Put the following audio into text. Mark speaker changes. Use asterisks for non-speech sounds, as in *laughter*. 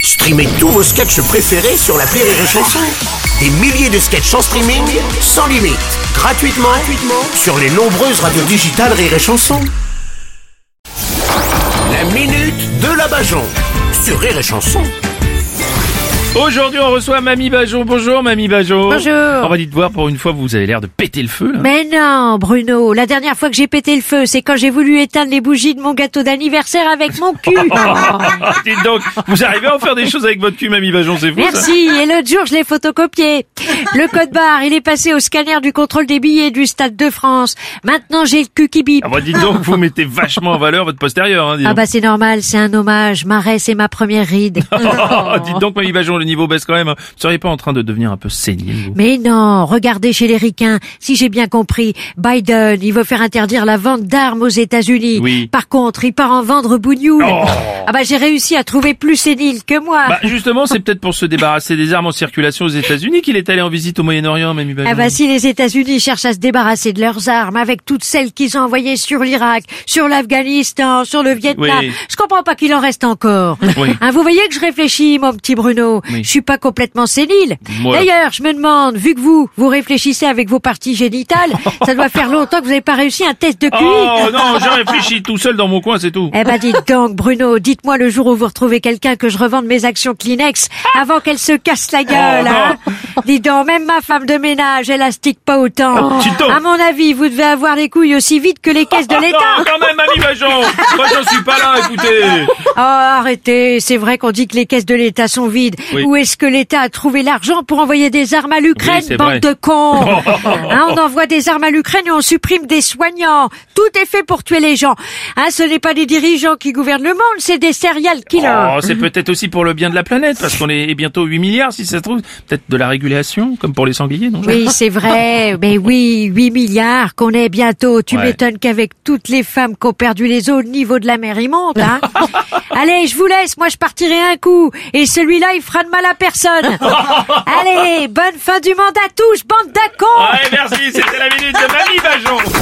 Speaker 1: Streamez tous vos sketchs préférés sur la Rire et Chanson. Des milliers de sketchs en streaming, sans limite, gratuitement, gratuitement sur les nombreuses radios digitales Rire et Chanson. La minute de la Bajon sur Rire et Chanson.
Speaker 2: Aujourd'hui, on reçoit Mamie Bajon. Bonjour, Mamie Bajon.
Speaker 3: Bonjour.
Speaker 2: On va dites voir, pour une fois, vous avez l'air de péter le feu, là.
Speaker 3: Mais non, Bruno, la dernière fois que j'ai pété le feu, c'est quand j'ai voulu éteindre les bougies de mon gâteau d'anniversaire avec
Speaker 2: *laughs*
Speaker 3: mon cul.
Speaker 2: Ah, dites donc, vous arrivez à en faire des choses avec votre cul, Mamie Bajon, c'est fou, ça.
Speaker 3: Merci, et l'autre jour, je l'ai photocopié. Le code barre, il est passé au scanner du contrôle des billets du Stade de France. Maintenant, j'ai le cul qui bip.
Speaker 2: Ah, bah, dites donc, vous mettez vachement en valeur votre postérieur, hein, dites
Speaker 3: Ah
Speaker 2: donc.
Speaker 3: bah c'est normal, c'est un hommage. Marais, c'est ma
Speaker 2: *laughs*
Speaker 3: première ride.
Speaker 2: Ah, dites donc, Mamie Bajon, le niveau baisse quand même. hein. Vous seriez pas en train de devenir un peu sénile, vous
Speaker 3: Mais non, regardez chez les ricains, si j'ai bien compris, Biden, il veut faire interdire la vente d'armes aux États-Unis.
Speaker 2: Oui.
Speaker 3: Par contre, il part en vendre Bougnoul.
Speaker 2: Oh.
Speaker 3: ah bah j'ai réussi à trouver plus sénile que moi.
Speaker 2: Bah, justement, c'est peut-être pour se débarrasser des armes en circulation aux États-Unis qu'il est allé en visite au Moyen-Orient, Mamie Bajon.
Speaker 3: Ah bah si les États-Unis cherchent à se débarrasser de leurs armes avec toutes celles qu'ils ont envoyées sur l'Irak, sur l'Afghanistan, sur le Vietnam,
Speaker 2: Oui.
Speaker 3: je comprends pas qu'il en reste encore.
Speaker 2: *laughs* Oui.
Speaker 3: Hein, vous voyez que je réfléchis, mon petit Bruno.
Speaker 2: Oui.
Speaker 3: Je suis pas complètement sénile.
Speaker 2: Ouais.
Speaker 3: D'ailleurs, je me demande, vu que vous, vous réfléchissez avec vos parties
Speaker 2: *laughs*
Speaker 3: génitales, ça doit faire longtemps que vous n'avez pas réussi un test de QI.
Speaker 2: Oh, non, j'ai réfléchi tout seul dans mon coin, c'est tout.
Speaker 3: Eh ben dites donc, Bruno, dites-moi le jour où vous retrouvez quelqu'un que je revende mes actions Kleenex avant qu'elle se casse la
Speaker 2: Oh.
Speaker 3: gueule. hein. Dites donc, même ma femme de ménage, elle astique pas autant.
Speaker 2: Oh, dites donc.
Speaker 3: À mon avis, vous devez avoir les couilles aussi vite que
Speaker 2: *laughs*
Speaker 3: les caisses de
Speaker 2: Oh, Non,
Speaker 3: l'État.
Speaker 2: quand même, Mamie Bajon. Moi, j'en suis pas là, écoutez.
Speaker 3: Oh, arrêtez, c'est vrai qu'on dit que les caisses de l'État sont vides.
Speaker 2: Oui.
Speaker 3: Où est-ce que l'État a trouvé l'argent pour envoyer des armes à l'Ukraine,
Speaker 2: Oui, c'est
Speaker 3: bande
Speaker 2: vrai.
Speaker 3: de
Speaker 2: *laughs*
Speaker 3: cons Hein, On envoie des armes à l'Ukraine et on supprime des soignants. Tout est fait pour tuer les gens. Hein, ce n'est pas des dirigeants qui gouvernent le monde, c'est des serial killers.
Speaker 2: Oh, c'est peut-être aussi pour le bien de la planète, parce qu'on est bientôt 8 milliards, si ça se trouve. Peut-être de la régulation, comme pour les sangliers, non
Speaker 3: Oui, c'est vrai. Mais oui, 8 milliards qu'on est bientôt. Tu
Speaker 2: Ouais.
Speaker 3: m'étonnes qu'avec toutes les femmes qui ont perdu les os, le niveau de la mer, il monte. Hein Allez, je vous laisse. Moi, je partirai un coup. Et celui-là, il fera de mal à personne. Allez, bonne fin du mandat à tous, bande d'acons
Speaker 2: Ouais, merci, c'était la minute de Mamie Bajon